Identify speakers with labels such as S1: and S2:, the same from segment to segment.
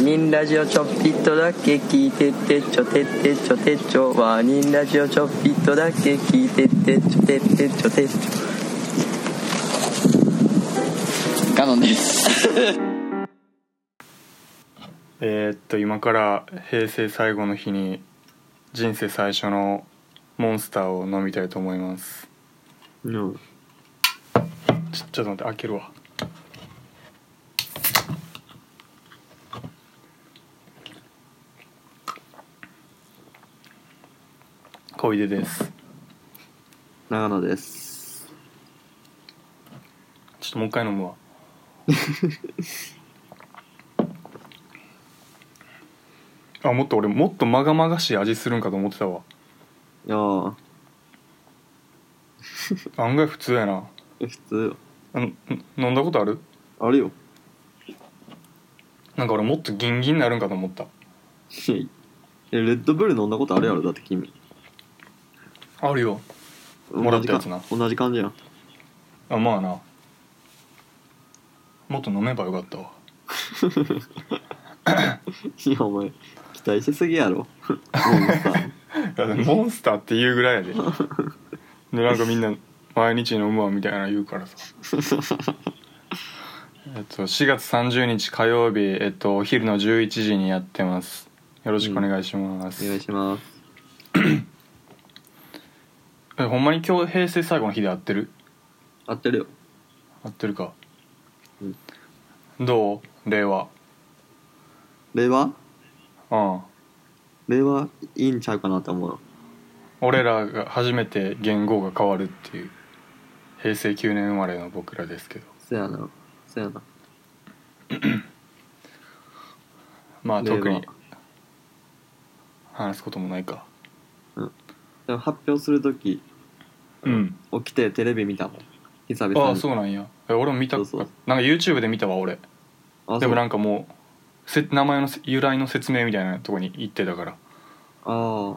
S1: 人ラジオちょっぴっとだけ聞いてってちょてってちょてちょワーニンラジオちょっぴっとだけ聞いてってちょてってちょてちょ
S2: ガノンです
S3: えーっと今から平成最後の日に人生最初のモンスターを飲みたいと思います
S4: うん
S3: ちょちょっと待って開けるわ小出です
S4: 長野です
S3: ちょっともう一回飲むわあもっと俺もっとまがまがしい味するんかと思ってたわ
S4: いやー
S3: 案外普通やな
S4: え普通よ
S3: あのん飲んだことある
S4: あるよ
S3: なんか俺もっとギンギンになるんかと思った
S4: いやいやレッドブル飲んだことあるやろだって君
S3: あるよも
S4: 同
S3: らっ
S4: じ
S3: たやつな
S4: か同じ感じやん
S3: あまあなもっと飲めばよかったわ
S4: いやお前期待しすぎや ろもうさ
S3: いやでもモンスターっていうぐらいやででなんかみんな毎日飲むわみたいなの言うからさえっと4月30日火曜日えっとお昼の11時にやってますよろしくお願いします、
S4: お願いします
S3: えほんまに今日平成最後の日で合ってる
S4: 合ってるよ
S3: 合ってるか、どう令和
S4: 令和
S3: うん
S4: 令和いいんちゃうかなって思うよ
S3: 俺らが初めて言語が変わるっていう平成9年生まれの僕らですけど
S4: せやなせやな
S3: まあ
S4: 令和
S3: 特に話すこともないか
S4: でも発表する時
S3: うん
S4: 起きてテレビ見たもん久々に
S3: ああそうなんやえ俺も見た
S4: そうそう
S3: なんか YouTube で見たわ俺
S4: あ
S3: でもなんんかもうせ名前のせ由来の説明みたいなとこに行ってたから
S4: あー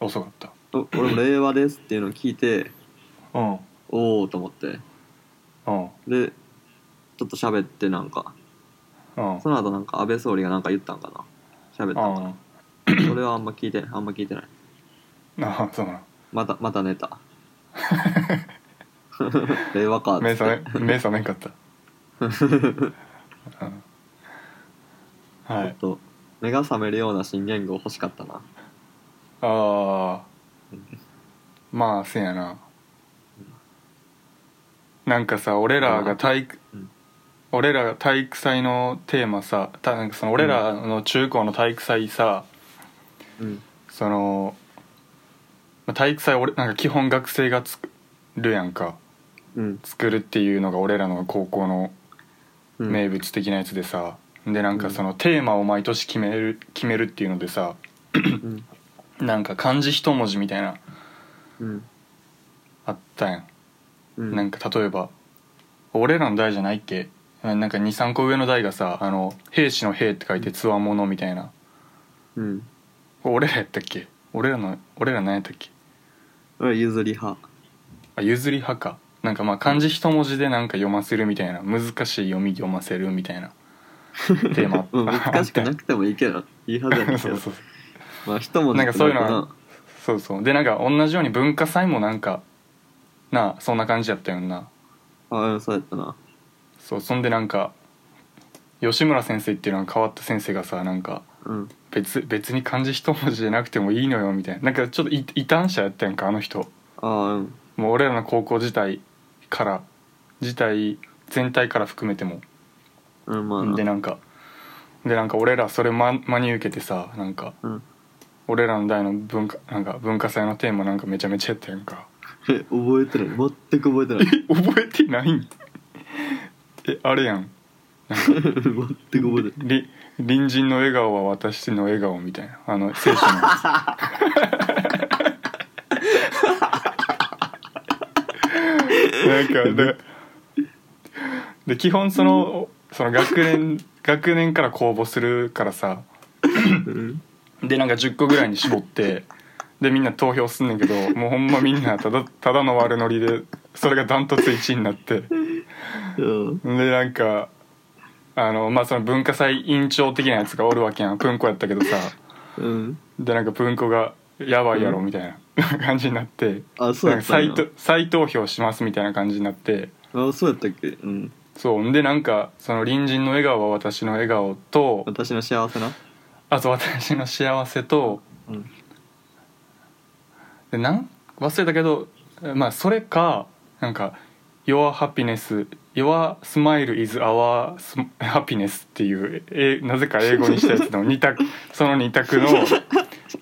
S3: 遅かった
S4: お俺も令和ですっていうのを聞いて
S3: うんうん
S4: おおと思ってでちょっと喋ってなんか
S3: うん
S4: その後なんか安倍総理がなんか言ったんかな喋ったんか
S3: あ
S4: な俺はあんま聞いてあんま聞いてない
S3: あそうなん
S4: またまた寝た令和かっつって
S3: 目覚め目覚めんか った、うんは
S4: ちょっ
S3: い
S4: と目が覚めるような新言語欲しかったな
S3: ああまあせやななんかさ俺らが体育、
S4: うん
S3: 俺らが体育祭のテーマさたなんかその俺らの中高の体育祭さ、
S4: うん
S3: そのまあ体育祭俺なんか基本学生が作るやんか
S4: うん
S3: 作るっていうのが俺らの高校の
S4: うん
S3: 名物的なやつでさ、でなんかそのテーマを毎年決める決めるっていうのでさ
S4: うん
S3: なんか漢字一文字みたいな
S4: うん
S3: あったやん
S4: うん
S3: なんか例えば俺らの代じゃないっけななんか23個上の代がさあの兵士の兵って書いてつわものみたいな
S4: うん
S3: 俺らやったっけ俺らの俺ら何やったっけ
S4: 俺譲り派
S3: あ譲り派かなんかまあ漢字一文字でなんか読ませるみたいな難しい読み読ませるみたいなテーマ
S4: うん難しくな
S3: く
S4: くてもいいけどいいはずやねんけ
S3: そう
S4: ど
S3: そう
S4: まあ一文字
S3: なんかそういうの
S4: って
S3: はそうそうでなんか同じように文化祭もなんかなあそんな感じやったよな
S4: あうんそうやったな
S3: そうそんでなんか吉村先生っていうのが変わった先生がさなんか
S4: うん
S3: 別別に漢字一文字じゃなくてもいいのよみたいななんかちょっとい異端者やったやんかあの人
S4: あうん
S3: もう俺らの高校自体から自体全体から含めても
S4: うんまあな
S3: でなんかでなんか俺らそれま真に受けてさなんか
S4: うん
S3: 俺らの代の文化なんか文化祭のテーマなんかめちゃめちゃやったやんか
S4: え覚えてない全く覚えてない
S3: 覚えてないん えあれやん
S4: 全く覚えてない
S3: り隣人の笑顔は私の笑顔みたいなあの聖書のやつなんかでで基本そのその学年学年から公募するからさ
S4: うん
S3: でなんか10個ぐらいに絞ってでみんな投票すんねんけどもうほんまみんなただただの悪ノリでそれがダントツ1位になって
S4: うん
S3: でなんかあのまあその文化祭委員長的なやつがおるわけやんプンコやったけどさ
S4: うん
S3: でなんかプンコが「やばいやろ」みたいな 感じになって
S4: あそう
S3: な
S4: や
S3: ん
S4: っ
S3: か
S4: たん
S3: 再
S4: や
S3: 投再投票しますみたいな感じになって
S4: あそうやったっけうん
S3: そうでなんかその隣人の笑顔は私の笑顔と
S4: 私の幸 せな
S3: あと私の幸せと
S4: うん
S3: でなん忘れたけどまあそれかなんか「Your happiness Your smile is our sm- happiness」っていうえなぜか英語にしたやつの二 択その2択の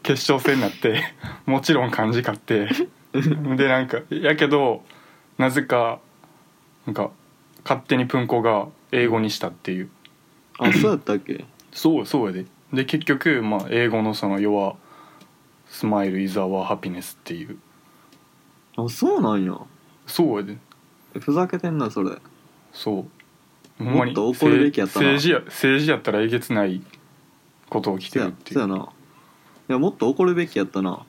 S3: 決勝戦になってもちろん漢字勝ってでなんかやけどなぜかなんか勝手にプンコが英語にしたっていう
S4: あそうやったっけ
S3: そうそうやでで結局、まあ、英語のその「Your smile is our happiness」っていう
S4: あそうなんや
S3: そうやで
S4: ふざけてんなそれ
S3: そう
S4: もっと怒るべきやったな
S3: せい政治や政治やったらえげつないことをきて
S4: そう
S3: るっ
S4: や
S3: てい
S4: そう
S3: う
S4: やないやもっと怒るべきやったな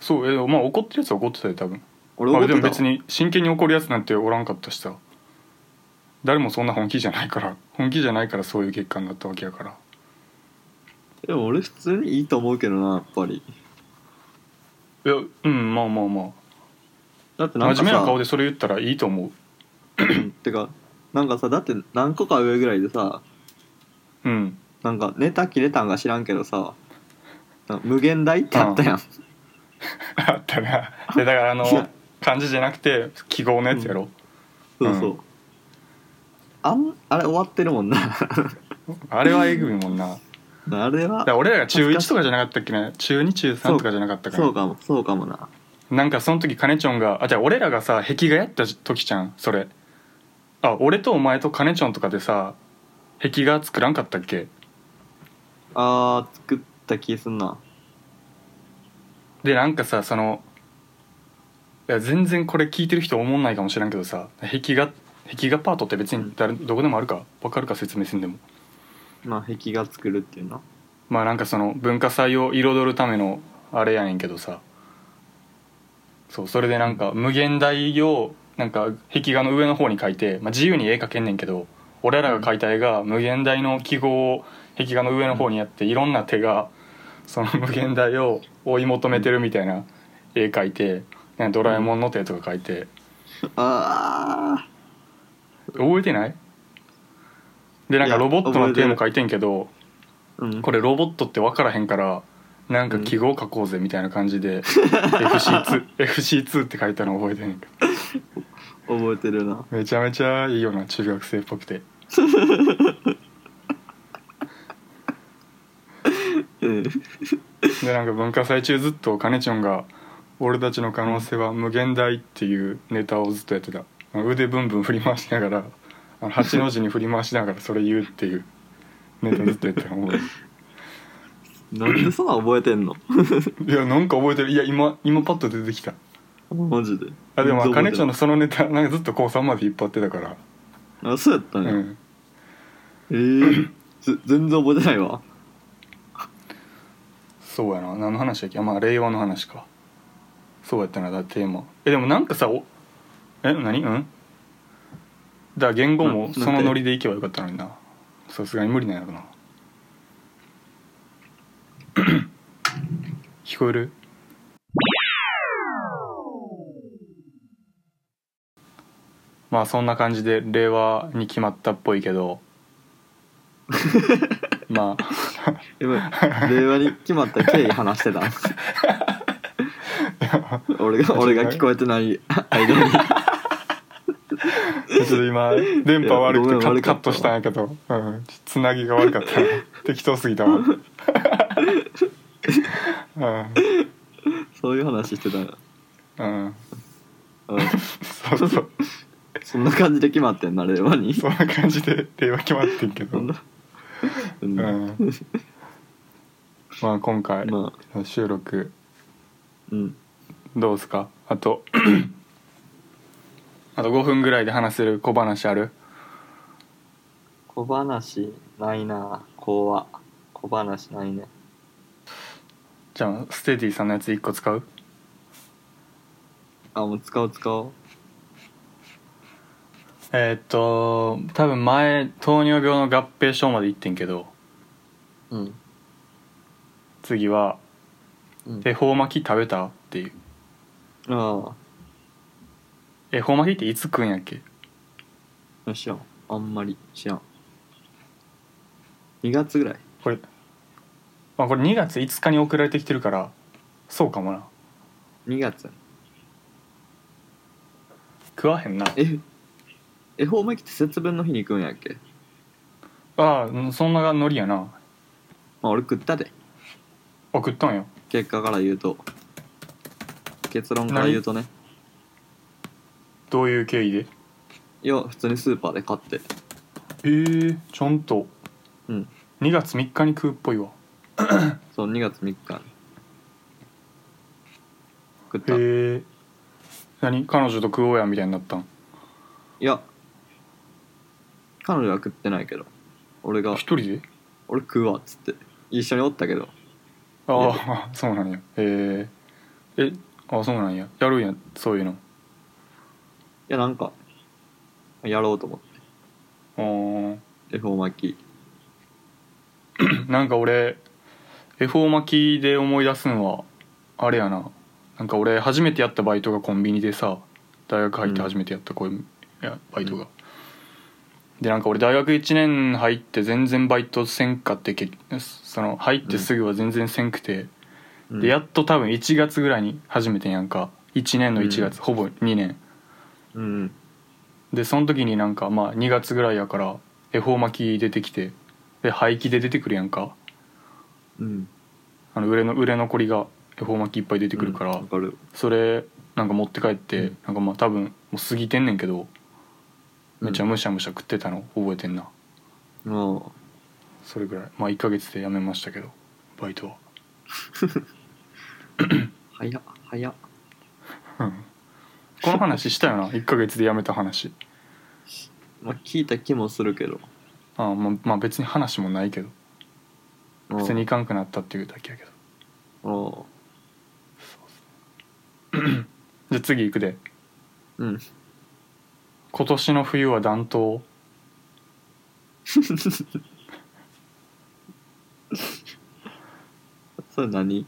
S3: そうえでもまあ怒ってるやつは怒ってたよ多分
S4: 俺
S3: ま
S4: 怒
S3: あ
S4: って
S3: で
S4: た
S3: も別に真剣に怒るやつなんておらんかったしさ誰もそんな本気じゃないから本気じゃないからそういう結果になったわけやから
S4: でも俺普通にいいと思うけどなやっぱり
S3: いやうんまあまあま
S4: だって
S3: あ
S4: なんか
S3: 真
S4: さ
S3: 面目な顔でそれ言ったらいいと思
S4: うん てかなんかさだって何個か上ぐらいでさ
S3: ううん
S4: なんかネタ切れたんか知らんけどさな無限大ってあったやん、
S3: あったなでだからあの
S4: いや
S3: 漢字じゃなくて記号のやつやろ、
S4: そうそう、
S3: うん
S4: あんあれ終わってるもんな
S3: あれはえぐいもんな
S4: あれは
S3: だから俺らが中1とかじゃなかったっけね中2中3とかじゃなかったから
S4: そうかもそうかもな
S3: なんかその時カネチョンがあじゃあ俺らがさ壁画やった時じゃんそれあ俺とお前とカネチョンとかでさ壁画作らんかったっけ
S4: あー作った気すんな
S3: でなんかさそのいや全然これ聞いてる人思んないかもしれんけどさ壁画壁画パートって別に誰、どこでもあるか分かるか説明せんでも
S4: まあ壁画作るっていうな
S3: まあなんかその文化祭を彩るためのあれやねんけどさそうそれでなんか無限大をなんか壁画の上の方に描いて、まあ、自由に絵描けんねんけど俺らが描いた絵が無限大の記号を壁画の上の方にやっていろんな手がその無限大を追い求めてるみたいな絵描いてなんかドラえもんの手とか描いて
S4: あ
S3: 覚えてないでなんか
S4: いや
S3: ロボットの手も
S4: 覚
S3: 描いてんけど
S4: ーうん
S3: これロボットって分からへんからなんか記号書こうぜみたいな感 じで、FC2, FC2 って書いたの覚えてんねんけど
S4: 覚えてるな
S3: めちゃめちゃいいよな中学生っぽくて
S4: うん
S3: でなんか文化祭中ずっとカネチョンが「俺たちの可能性は無限大」っていうネタをずっとやってた腕ブンブン振り回しながらあの八の字に振り回しながらそれ言うっていうネタずっとやってたの覚
S4: な
S3: えてる
S4: んでそんな覚えてん の
S3: いやなんか覚えてるいや今今パッと出てきた
S4: マジで
S3: あでもまあカネチョン
S4: の
S3: のそのネタなんかずっと高3まで引っ張ってたから
S4: あそうやった
S3: う
S4: ね、
S3: ん
S4: えー、ぜ全然覚えてないわ
S3: そうやな何の話だっけあまあ令和の話かそうやったなだテーマえでもなんかさおえ何うんだから言語
S4: うん
S3: もそ
S4: なん
S3: の
S4: て
S3: ノリでいけばよかったのになさすがに無理なんやろな 聞こえるまあそんな感じで令和に決まったっぽい けどまあ
S4: えば い令和に決まった経緯話してた俺が俺が聞こえてない間に
S3: ちょっと今電波悪
S4: いやごめん
S3: くてカ
S4: 悪
S3: カ
S4: か
S3: ッ
S4: った
S3: トしたんやけど、うん、つなぎが悪かったな 適当すぎたわ、うん、
S4: そういう話してたよ
S3: う
S4: う
S3: ん
S4: ん
S3: そうそう
S4: そんな感じで決まってんな令和に
S3: そんな感じで令和決まってんけ
S4: そ
S3: ど、うんん、
S4: な、うん、
S3: まあ今回
S4: まあ
S3: の収録
S4: うん
S3: どうすかあとあと5分ぐらいで話せる小話ある
S4: 小話ないな子は小話ないね
S3: じゃあステディさんのやつ1個使う
S4: あもう使おう使おう
S3: えーっと多分前糖尿病の合併症まで行ってんけど
S4: うん。
S3: 次は
S4: うん
S3: 「恵方巻き食べた?」っていう
S4: あ
S3: 恵方巻きっていつ食うんやっけ
S4: あ、知らん。あんまり知らん。2月ぐらい。
S3: これ、まあ、これ2月5日に送られてきてるからそうかもな
S4: 2月。
S3: 食わへんな
S4: え、恵方巻きって節分の日に行くんやっけ
S3: ああうんそんなノリやな
S4: まあ俺食ったで。
S3: 送ったんよ
S4: 結果から言うと。結論から言うとね。
S3: どういう経緯で
S4: いや、普通にスーパーで買って。
S3: ええー、ちゃんと
S4: うん。
S3: 2月3日に食うっぽいわ
S4: そう、2月3日に。食っ
S3: へえ
S4: た。い
S3: ー、何彼女と食おうやみたいになったん
S4: や、彼女は食ってないけど。俺が
S3: 一、人で
S4: 俺食うわっつって。一緒におったけど。
S3: ああそうなんやへえー、えあそうなんややるんやそういうの
S4: いや、なんか、やろうと思っ
S3: あー
S4: て。恵方巻き。
S3: なんか俺恵方巻きで思い出すのはあれやななんか俺初めてやったバイトがコンビニでさ大学入って初めてやったこういう、いやバイトが、でなんか俺大学1年入って全然バイトせんかってけその入ってすぐは全然せんくて、
S4: うん
S3: でやっと多分1月ぐらいに始めてんやんか1年の1月、ほぼ2年
S4: うん。
S3: でその時になんかまあ2月ぐらいやから恵方巻き出てきてで廃棄で出てくるやんか
S4: うん。
S3: あの売れの売れ残りが恵方巻きいっぱい出てくるから、
S4: うんわかる。
S3: それなんか持って帰って、
S4: うん
S3: なんかまあ多分もう過ぎてんねんけどめっちゃ
S4: うん
S3: むしゃむしゃ食ってたの覚えてんな
S4: も
S3: それぐらいまあ1ヶ月で辞めましたけどバイトは
S4: う、早っ、早っ。
S3: うんこの話したよな1ヶ月で辞めた話
S4: まあ、聞いた気もするけど。
S3: ああまあまあ別に話もないけど
S4: うん
S3: 普通に行かんくなったっていうだけやけど
S4: お
S3: じゃあ次行くで
S4: ううん
S3: 今年の冬は暖冬
S4: それ 何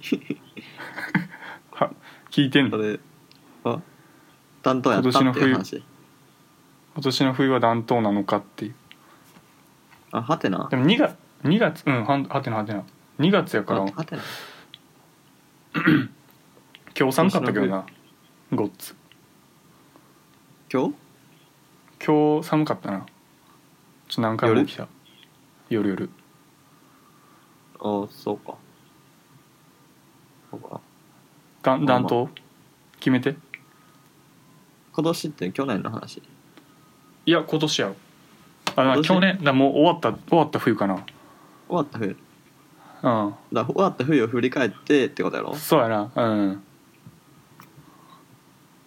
S3: は聞いてん
S4: そ
S3: の
S4: れは担当やったっていう
S3: 今年
S4: 話
S3: 今年の冬は暖冬なのかっていう
S4: あはてな
S3: でも2月2月うんはんはてなはてな2月やから
S4: あはてな
S3: 今日寒かったけどなごっつ
S4: 今日
S3: 今日寒かったなちょっと何回も
S4: 夜
S3: 起きた夜夜
S4: あそうかそうか
S3: だ
S4: ま
S3: ん
S4: あ
S3: 暖
S4: まあ
S3: 冬決めて
S4: 今年って去年の話
S3: いや今年やろあまあ
S4: 今年
S3: 去年だもう終わった終わった冬かな
S4: 終わった冬
S3: うん
S4: だ終わった冬を振り返ってってことやろ
S3: そうやなうん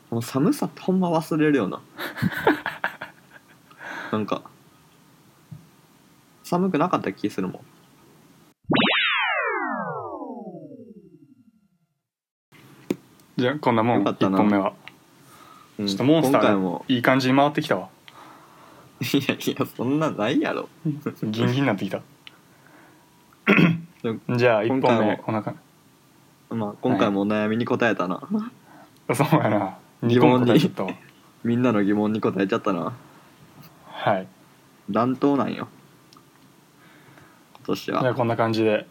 S4: もう寒さってほんま忘れるよな なんか寒くなかった気するもん
S3: じゃあこんなもん
S4: よかった
S3: 1
S4: な
S3: 本目は
S4: うん
S3: ちょっとモンスタ
S4: 今回
S3: ーが
S4: も
S3: いい感じに回って きたわ
S4: いやいやそんなんないやろ
S3: ギンギンになってきた
S4: でも
S3: じゃあ1
S4: 今
S3: 本
S4: 回
S3: 目
S4: も
S3: こんな感
S4: まあ今回もお悩みに答えたな、
S3: じそうやな
S4: 疑
S3: 2本
S4: 問に
S3: 答えちゃったわ
S4: みんなの疑問に答えちゃったな
S3: はい
S4: 暖冬なんよ今年
S3: じゃあ
S4: は
S3: こんな感じで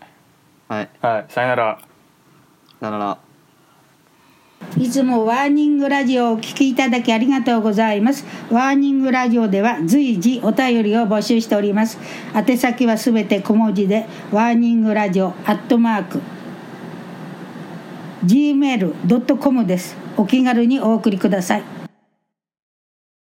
S4: はい
S3: はいさよなら
S4: さよなら
S5: いつもワーニングラジオをお聞きいただきありがとうございます。ワーニングラジオでは随時お便りを募集しております。宛先はすべて小文字で、ワーニングラジオアットマーク、gmail.com です。お気軽にお送りください。